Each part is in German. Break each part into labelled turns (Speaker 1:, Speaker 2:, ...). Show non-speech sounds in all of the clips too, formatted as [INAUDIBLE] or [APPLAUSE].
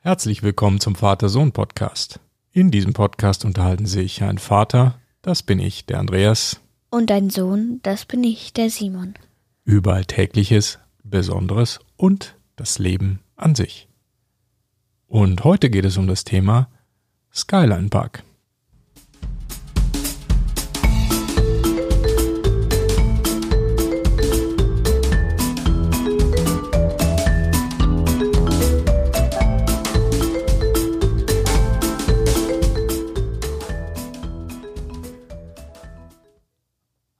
Speaker 1: Herzlich willkommen zum Vater-Sohn-Podcast. In diesem Podcast unterhalten sich ein Vater, das bin ich, der Andreas,
Speaker 2: Und ein Sohn, das bin ich, der Simon.
Speaker 1: über Alltägliches, Besonderes und das Leben an sich. Und heute geht es um das Thema Skyline Park.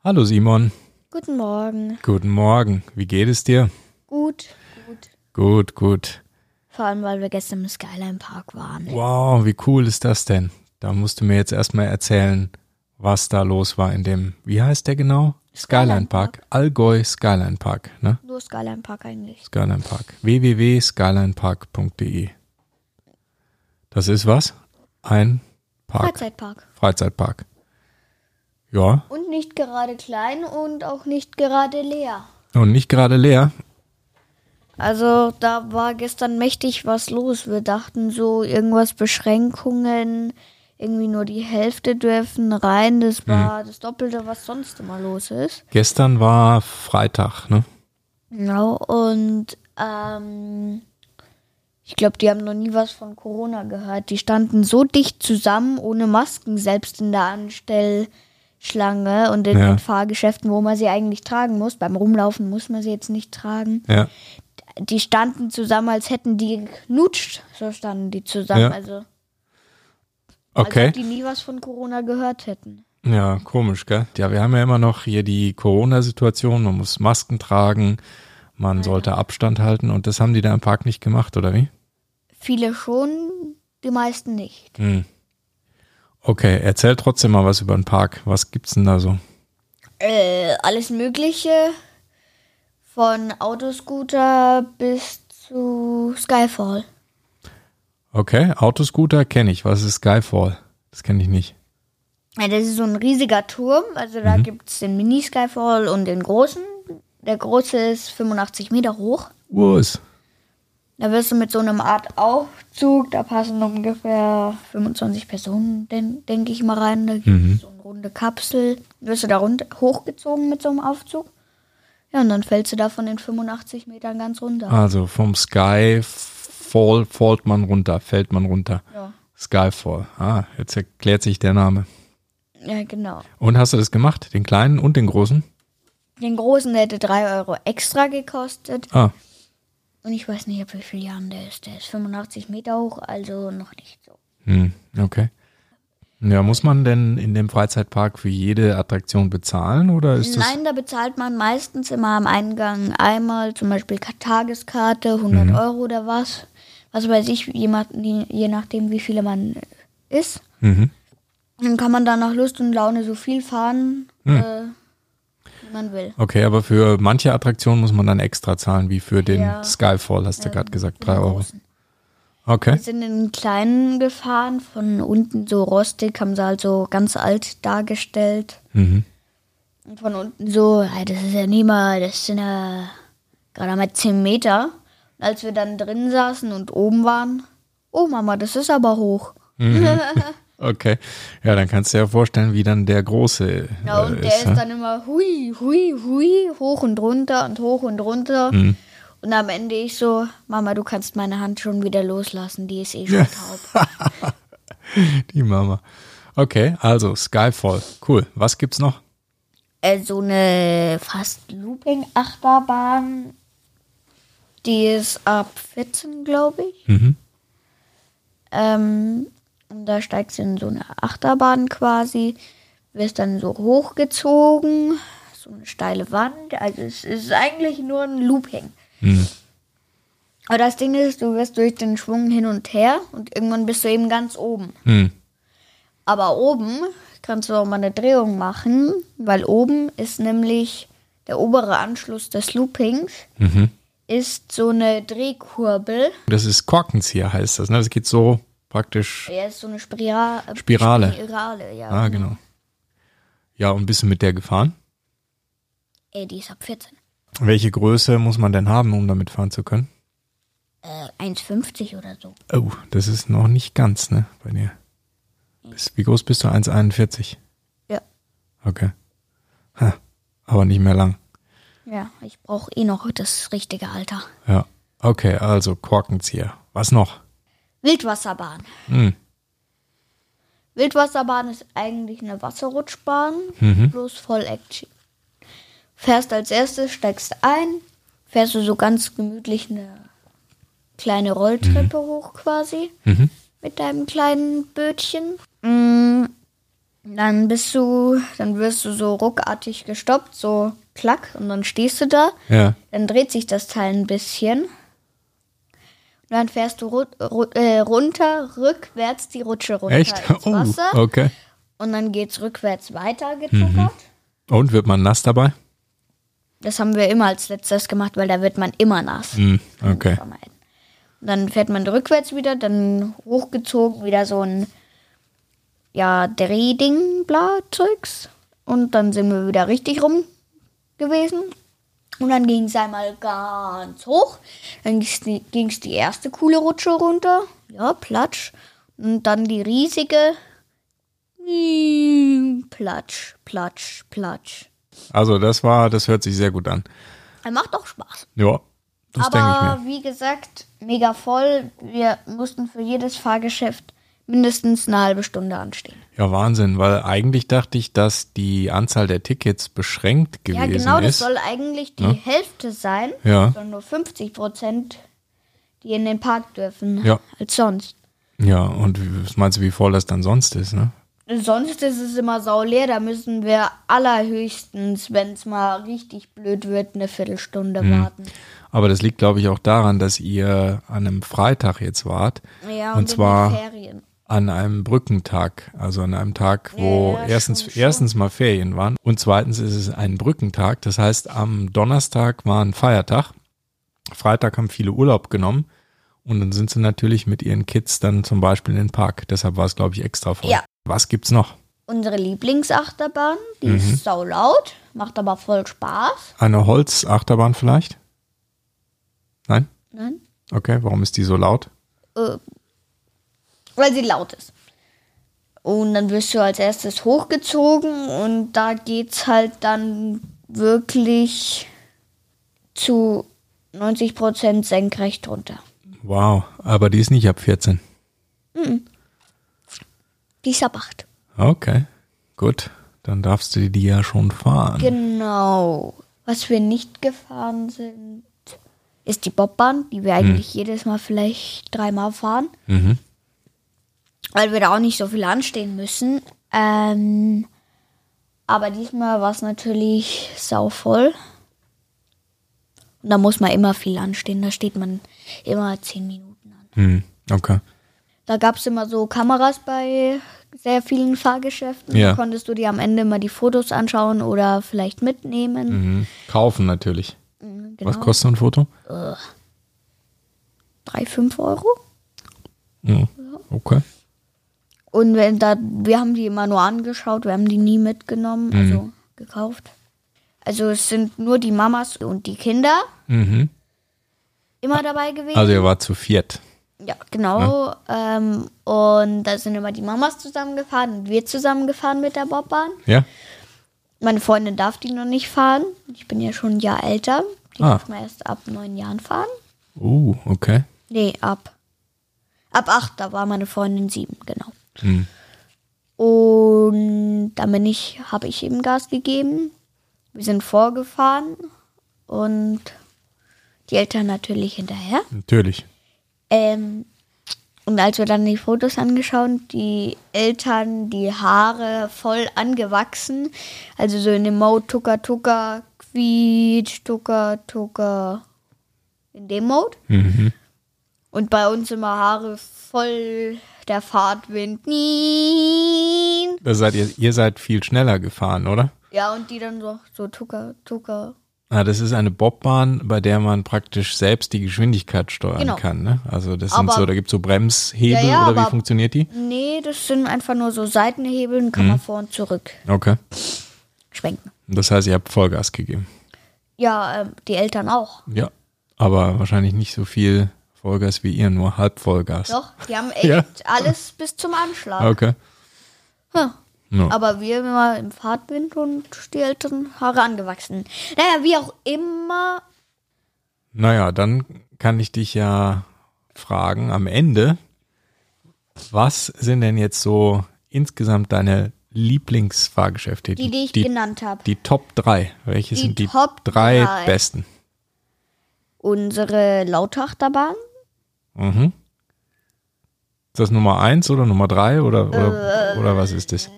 Speaker 1: Hallo Simon,
Speaker 2: Guten Morgen.
Speaker 1: guten Morgen. Wie geht es dir?
Speaker 2: Gut, gut.
Speaker 1: Gut, gut.
Speaker 2: Vor allem, weil wir gestern im Skyline Park waren.
Speaker 1: Wow, wie cool ist das denn? Da musst du mir jetzt erstmal erzählen, was da los war in dem, wie heißt der genau? Skyline
Speaker 2: Skyline
Speaker 1: Park. Allgäu Skyline Park, ne?
Speaker 2: Nur Skyline Park eigentlich.
Speaker 1: Skyline Park. www.skylinepark.de. Das ist was? Ein Park.
Speaker 2: Freizeitpark.
Speaker 1: Freizeitpark. Ja,
Speaker 2: Und nicht gerade klein und auch nicht gerade leer.
Speaker 1: und nicht gerade leer.
Speaker 2: Also da war gestern mächtig was los. Wir dachten so, irgendwas Beschränkungen, irgendwie nur die Hälfte dürfen rein. Das war das Doppelte, was sonst immer los ist.
Speaker 1: Gestern war Freitag, ne?
Speaker 2: Genau, und ähm, ich glaube, die haben noch nie was von Corona gehört. Die standen so dicht zusammen, ohne Masken, selbst in der Anstellschlange und in
Speaker 1: Ja.
Speaker 2: den Fahrgeschäften, wo man sie eigentlich tragen muss. Beim Rumlaufen muss man sie jetzt nicht tragen.
Speaker 1: Ja.
Speaker 2: Die standen zusammen, als hätten die geknutscht. So standen die zusammen.
Speaker 1: Ja.
Speaker 2: Also, als
Speaker 1: Okay.
Speaker 2: ob die nie was von Corona gehört hätten.
Speaker 1: Ja, komisch, gell? Ja, wir haben ja immer noch hier die Corona-Situation, man muss Masken tragen, man sollte Abstand halten und das haben die da im Park nicht gemacht, oder wie?
Speaker 2: Viele schon, die meisten nicht.
Speaker 1: Okay, erzähl trotzdem mal was über den Park. Was gibt's denn da so?
Speaker 2: äh, alles Mögliche. Von Autoscooter bis zu Skyfall.
Speaker 1: Okay, Autoscooter kenne ich. Was ist Skyfall? Das kenne ich nicht.
Speaker 2: Ja, das ist so ein riesiger Turm. Also da gibt's den Mini-Skyfall und den großen. Der große ist 85 Meter hoch.
Speaker 1: Urs.
Speaker 2: Da wirst du mit so einem Art Aufzug, da passen ungefähr 25 Personen, den, denke ich mal, rein. Da gibt es so eine runde Kapsel. Wirst du da rund, hochgezogen mit so einem Aufzug. Ja, und dann fällst du da von den 85 Metern ganz runter.
Speaker 1: Also vom Skyfall fällt man runter, fällt man runter.
Speaker 2: Ja.
Speaker 1: Skyfall. Ah, jetzt erklärt sich der Name.
Speaker 2: ja, genau.
Speaker 1: Und hast du das gemacht? Den kleinen und den großen?
Speaker 2: Den großen der hätte 3 Euro extra gekostet.
Speaker 1: Ah,
Speaker 2: Und ich weiß nicht, ab wie vielen Jahren der ist. Der ist 85 Meter hoch, also noch nicht so.
Speaker 1: Hm, okay. Ja, muss man denn in dem Freizeitpark für jede Attraktion bezahlen oder ist das?
Speaker 2: Nein, da bezahlt man meistens immer am Eingang einmal, zum Beispiel Ka- Tageskarte, 100
Speaker 1: Mhm.
Speaker 2: Euro oder was. Was weiß ich, je, ma- je nachdem, wie viele man ist.
Speaker 1: Mhm.
Speaker 2: Dann kann man da nach Lust und Laune so viel fahren,
Speaker 1: Mhm.
Speaker 2: äh, wie man will.
Speaker 1: Okay, aber für manche Attraktionen muss man dann extra zahlen, wie für den
Speaker 2: Ja.
Speaker 1: Skyfall, hast du gerade gesagt, drei Euro.
Speaker 2: großen.
Speaker 1: Okay.
Speaker 2: Wir sind in den kleinen gefahren, von unten so rostig, haben sie halt so ganz alt dargestellt.
Speaker 1: Mhm.
Speaker 2: Und von unten so, "Ey, das ist ja nie mal, das sind ja gerade mal 10 Meter. Und als wir dann drin saßen und oben waren, oh Mama, das ist aber hoch.
Speaker 1: Okay. Ja, dann kannst du dir ja vorstellen, wie dann der große
Speaker 2: Ja,
Speaker 1: äh,
Speaker 2: und der
Speaker 1: ist.
Speaker 2: ist
Speaker 1: ja?
Speaker 2: dann immer hui, hui, hui, hoch und runter und hoch und runter.
Speaker 1: Mhm.
Speaker 2: Und am Ende ich so, Mama, du kannst meine Hand schon wieder loslassen, die ist eh schon taub.
Speaker 1: [LAUGHS] Die Mama. Okay, also Skyfall. Cool. Was gibt's noch?
Speaker 2: Äh, so eine fast Looping-Achterbahn, die ist ab 14, glaube ich.
Speaker 1: Mhm.
Speaker 2: Ähm, und da steigst du in so eine Achterbahn quasi, wirst dann so hochgezogen, so eine steile Wand. Also es ist eigentlich nur ein Looping.
Speaker 1: Mhm.
Speaker 2: Aber das Ding ist, du wirst durch den Schwung hin und her und irgendwann bist du eben ganz oben.
Speaker 1: Mhm.
Speaker 2: Aber oben kannst du auch mal eine Drehung machen, weil oben ist nämlich der obere Anschluss des Loopings,
Speaker 1: Mhm.
Speaker 2: ist so eine Drehkurbel.
Speaker 1: Das ist Korkenzieher heißt das, ne? Das geht so praktisch.
Speaker 2: Ja, ist so eine Spira äh,
Speaker 1: Spirale.
Speaker 2: Spirale, ja.
Speaker 1: Ah, genau. Ja, und bist du mit der gefahren?
Speaker 2: Ey, die ist ab 14.
Speaker 1: Welche Größe muss man denn haben, um damit fahren zu können?
Speaker 2: äh, 1,50 oder so.
Speaker 1: Oh, das ist noch nicht ganz, ne, bei dir. Bist, wie groß bist du? 1,41?
Speaker 2: Ja.
Speaker 1: Okay. Ha, aber nicht mehr lang.
Speaker 2: Ja, ich brauche eh noch das richtige Alter.
Speaker 1: Ja. Okay, also Korkenzieher. Was noch?
Speaker 2: Wildwasserbahn.
Speaker 1: Hm.
Speaker 2: Wildwasserbahn ist eigentlich eine Wasserrutschbahn,
Speaker 1: Mhm.
Speaker 2: bloß voll Action. Fährst als erstes, steigst ein, fährst du so ganz gemütlich eine kleine Rolltreppe hoch quasi
Speaker 1: Mhm.
Speaker 2: mit deinem kleinen Bötchen. Mm, Dann bist du, dann wirst du so ruckartig gestoppt, so klack, und dann stehst du da.
Speaker 1: Ja.
Speaker 2: Dann dreht sich das Teil ein bisschen. Und dann fährst du ru ru äh, runter, rückwärts die Rutsche runter
Speaker 1: Echt?
Speaker 2: ins
Speaker 1: Oh, Mhm.
Speaker 2: Wasser.
Speaker 1: okay.
Speaker 2: Und dann geht's rückwärts weiter getuckert.
Speaker 1: Und wird man nass dabei?
Speaker 2: Das haben wir immer als letztes gemacht, weil da wird man immer nass.
Speaker 1: Hm. Okay.
Speaker 2: Vermeiden. Und dann fährt man rückwärts wieder, dann hochgezogen, wieder so ein ja, Drehding, bla, Zeugs. Und dann sind wir wieder richtig rum gewesen. Und dann ging es einmal ganz hoch. Dann ging es die, ging's die erste coole Rutsche runter. Ja, platsch. Und dann die riesige. Platsch, platsch, platsch.
Speaker 1: Also das war, das hört sich sehr gut an.
Speaker 2: Er macht auch Spaß.
Speaker 1: Ja, das denke ich
Speaker 2: Aber
Speaker 1: mir.
Speaker 2: wie gesagt, mega voll. Wir mussten für jedes Fahrgeschäft mindestens eine halbe Stunde anstehen.
Speaker 1: Ja, Wahnsinn, weil eigentlich dachte ich, dass die Anzahl der Tickets beschränkt gewesen
Speaker 2: Ja, genau, das
Speaker 1: ist. ne?
Speaker 2: soll eigentlich die Hälfte sein.
Speaker 1: Ja.
Speaker 2: Sondern nur 50 Prozent, die in den Park dürfen,
Speaker 1: Ja.
Speaker 2: als sonst.
Speaker 1: ja, und wie- was meinst du, wie voll das dann sonst ist, ne?
Speaker 2: Sonst ist es immer sauleer, da müssen wir allerhöchstens, wenn es mal richtig blöd wird, eine Viertelstunde
Speaker 1: Mhm.
Speaker 2: warten.
Speaker 1: Aber das liegt, glaube ich, auch daran, dass ihr an einem Freitag jetzt wart.
Speaker 2: Ja,
Speaker 1: und
Speaker 2: in den
Speaker 1: zwar
Speaker 2: Ferien.
Speaker 1: an einem Brückentag. Also an einem Tag, wo
Speaker 2: Ja, ja,
Speaker 1: erstens,
Speaker 2: schon, schon.
Speaker 1: erstens mal Ferien waren und zweitens ist es ein Brückentag. Das heißt, am Donnerstag war ein Feiertag. Freitag haben viele Urlaub genommen. Und dann sind sie natürlich mit ihren Kids dann zum Beispiel in den Park. Deshalb war es, glaube ich, extra voll.
Speaker 2: Ja.
Speaker 1: Was gibt's noch?
Speaker 2: Unsere Lieblingsachterbahn, die
Speaker 1: Mhm.
Speaker 2: ist saulaut, macht aber voll Spaß.
Speaker 1: Eine Holzachterbahn vielleicht? Nein?
Speaker 2: Nein?
Speaker 1: Okay, warum ist die so laut?
Speaker 2: äh, weil sie laut ist. Und dann wirst du als erstes hochgezogen und da geht's halt dann wirklich zu 90% senkrecht runter.
Speaker 1: Wow, aber die ist nicht ab 14.
Speaker 2: Die ist ab 8.
Speaker 1: Okay, gut. Dann darfst du die ja schon fahren.
Speaker 2: Genau. Was wir nicht gefahren sind, ist die Bobbahn, die wir eigentlich jedes Mal vielleicht dreimal fahren.
Speaker 1: Hm. Mhm.
Speaker 2: weil wir da auch nicht so viel anstehen müssen. Ähm, aber diesmal war es natürlich sauvoll. Und da muss man immer viel anstehen. Da steht man immer zehn Minuten an.
Speaker 1: Hm, okay.
Speaker 2: Da gab es immer so Kameras bei sehr vielen Fahrgeschäften.
Speaker 1: Ja.
Speaker 2: Da konntest du dir am Ende mal die Fotos anschauen oder vielleicht mitnehmen.
Speaker 1: Mhm. Kaufen natürlich.
Speaker 2: Mhm,
Speaker 1: Was kostet so ein Foto?
Speaker 2: Drei, fünf Euro.
Speaker 1: Mhm. Okay.
Speaker 2: Und wenn da, wir haben die immer nur angeschaut, wir haben die nie mitgenommen,
Speaker 1: Mhm.
Speaker 2: also gekauft. Also es sind nur die Mamas und die Kinder
Speaker 1: Mhm.
Speaker 2: immer dabei gewesen.
Speaker 1: Also ihr wart zu viert.
Speaker 2: ja, genau. Ähm, und da sind immer die Mamas zusammengefahren und wir zusammengefahren mit der Bobbahn.
Speaker 1: Ja?
Speaker 2: Meine Freundin darf die noch nicht fahren. Ich bin ja schon ein Jahr älter. Die
Speaker 1: Ah.
Speaker 2: darf man erst ab neun Jahren fahren.
Speaker 1: Uh, okay.
Speaker 2: Nee, ab. Ab acht, da war meine Freundin sieben, genau.
Speaker 1: Hm.
Speaker 2: Und dann bin ich, habe ich eben Gas gegeben. Wir sind vorgefahren und die Eltern natürlich hinterher.
Speaker 1: Natürlich.
Speaker 2: Ähm, und als wir dann die Fotos angeschaut, die Eltern, die Haare voll angewachsen. Also so in dem Mode Tucker Tucker, Quietsch, Tucker Tucker. In dem Mode.
Speaker 1: Mhm.
Speaker 2: Und bei uns immer Haare voll der Fahrtwind. Nien.
Speaker 1: Da seid ihr, ihr seid viel schneller gefahren, oder?
Speaker 2: Ja, und die dann so, so Tucker, Tucker.
Speaker 1: Ah, das ist eine Bobbahn, bei der man praktisch selbst die Geschwindigkeit steuern
Speaker 2: Genau.
Speaker 1: kann. Ne? Also das sind
Speaker 2: Aber-
Speaker 1: so, da gibt es so Bremshebel
Speaker 2: Ja, ja,
Speaker 1: oder wie
Speaker 2: aber-
Speaker 1: funktioniert die?
Speaker 2: Nee, das sind einfach nur so Seitenhebel und kann man vor und zurück
Speaker 1: Okay.
Speaker 2: schwenken.
Speaker 1: Das heißt, ihr habt Vollgas gegeben.
Speaker 2: Ja, ähm, die Eltern auch.
Speaker 1: Ja. Aber wahrscheinlich nicht so viel Vollgas wie ihr, nur halb Vollgas.
Speaker 2: Doch, die haben echt
Speaker 1: Ja.
Speaker 2: alles bis zum Anschlag.
Speaker 1: Okay.
Speaker 2: Ja.
Speaker 1: No.
Speaker 2: Aber wir immer im Fahrtwind und die älteren Haare angewachsen. Naja, wie auch immer.
Speaker 1: Naja, dann kann ich dich ja fragen am Ende, was sind denn jetzt so insgesamt deine Lieblingsfahrgeschäfte?
Speaker 2: Die, die ich genannt habe.
Speaker 1: Die Top 3. Welche
Speaker 2: Die
Speaker 1: sind die
Speaker 2: Top
Speaker 1: drei,
Speaker 2: drei.
Speaker 1: besten?
Speaker 2: Unsere Lautachterbahn.
Speaker 1: Mhm. Ist das Nummer 1 oder Nummer 3 oder, oder, oder was ist das?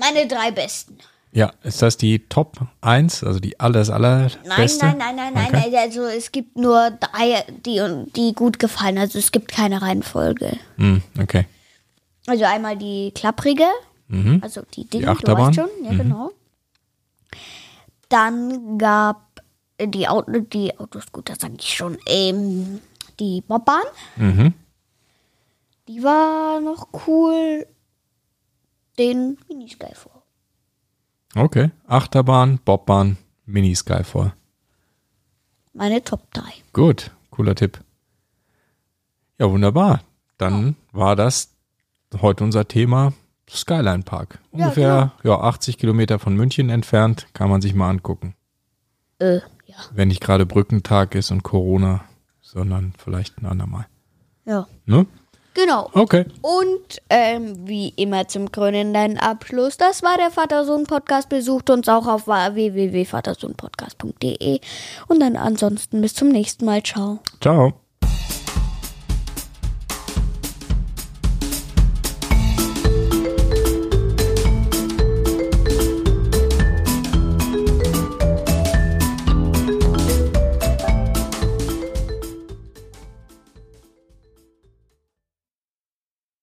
Speaker 2: Meine drei besten.
Speaker 1: Ja, ist das die Top 1, also die aller, das
Speaker 2: Nein,
Speaker 1: allerbeste?
Speaker 2: nein, nein, nein, nein, nein. Also es gibt nur drei, die, die gut gefallen. Also es gibt keine Reihenfolge.
Speaker 1: nein. Hm, okay.
Speaker 2: Also einmal die klapprige,
Speaker 1: Mhm.
Speaker 2: also die Ding,
Speaker 1: Achterbahn. Mhm.
Speaker 2: du weißt schon, ja genau. Dann gab äh, die, Auto, die Autoscooter, sag ich schon, ähm, die Bobbahn,
Speaker 1: Mhm.
Speaker 2: die war noch cool. Den Minisky vor.
Speaker 1: Okay. Achterbahn, Bobbahn, Mini-Skyfall.
Speaker 2: Meine Top 3.
Speaker 1: Gut, cooler Tipp. Ja, wunderbar. Dann war das heute unser Thema Skyline Park. Ungefähr ja, 80 Kilometer von München entfernt, kann man sich mal angucken.
Speaker 2: Äh, ja.
Speaker 1: Wenn nicht gerade Brückentag ist und Corona, sondern vielleicht ein andermal.
Speaker 2: Ja.
Speaker 1: Ne?
Speaker 2: Genau.
Speaker 1: Okay.
Speaker 2: Und ähm, wie immer zum krönenden Abschluss, das war der Vatersohn-Podcast. Besucht uns auch auf E. www.vatersohnpodcast.de. Und dann ansonsten bis zum nächsten Mal. Ciao.
Speaker 1: Ciao.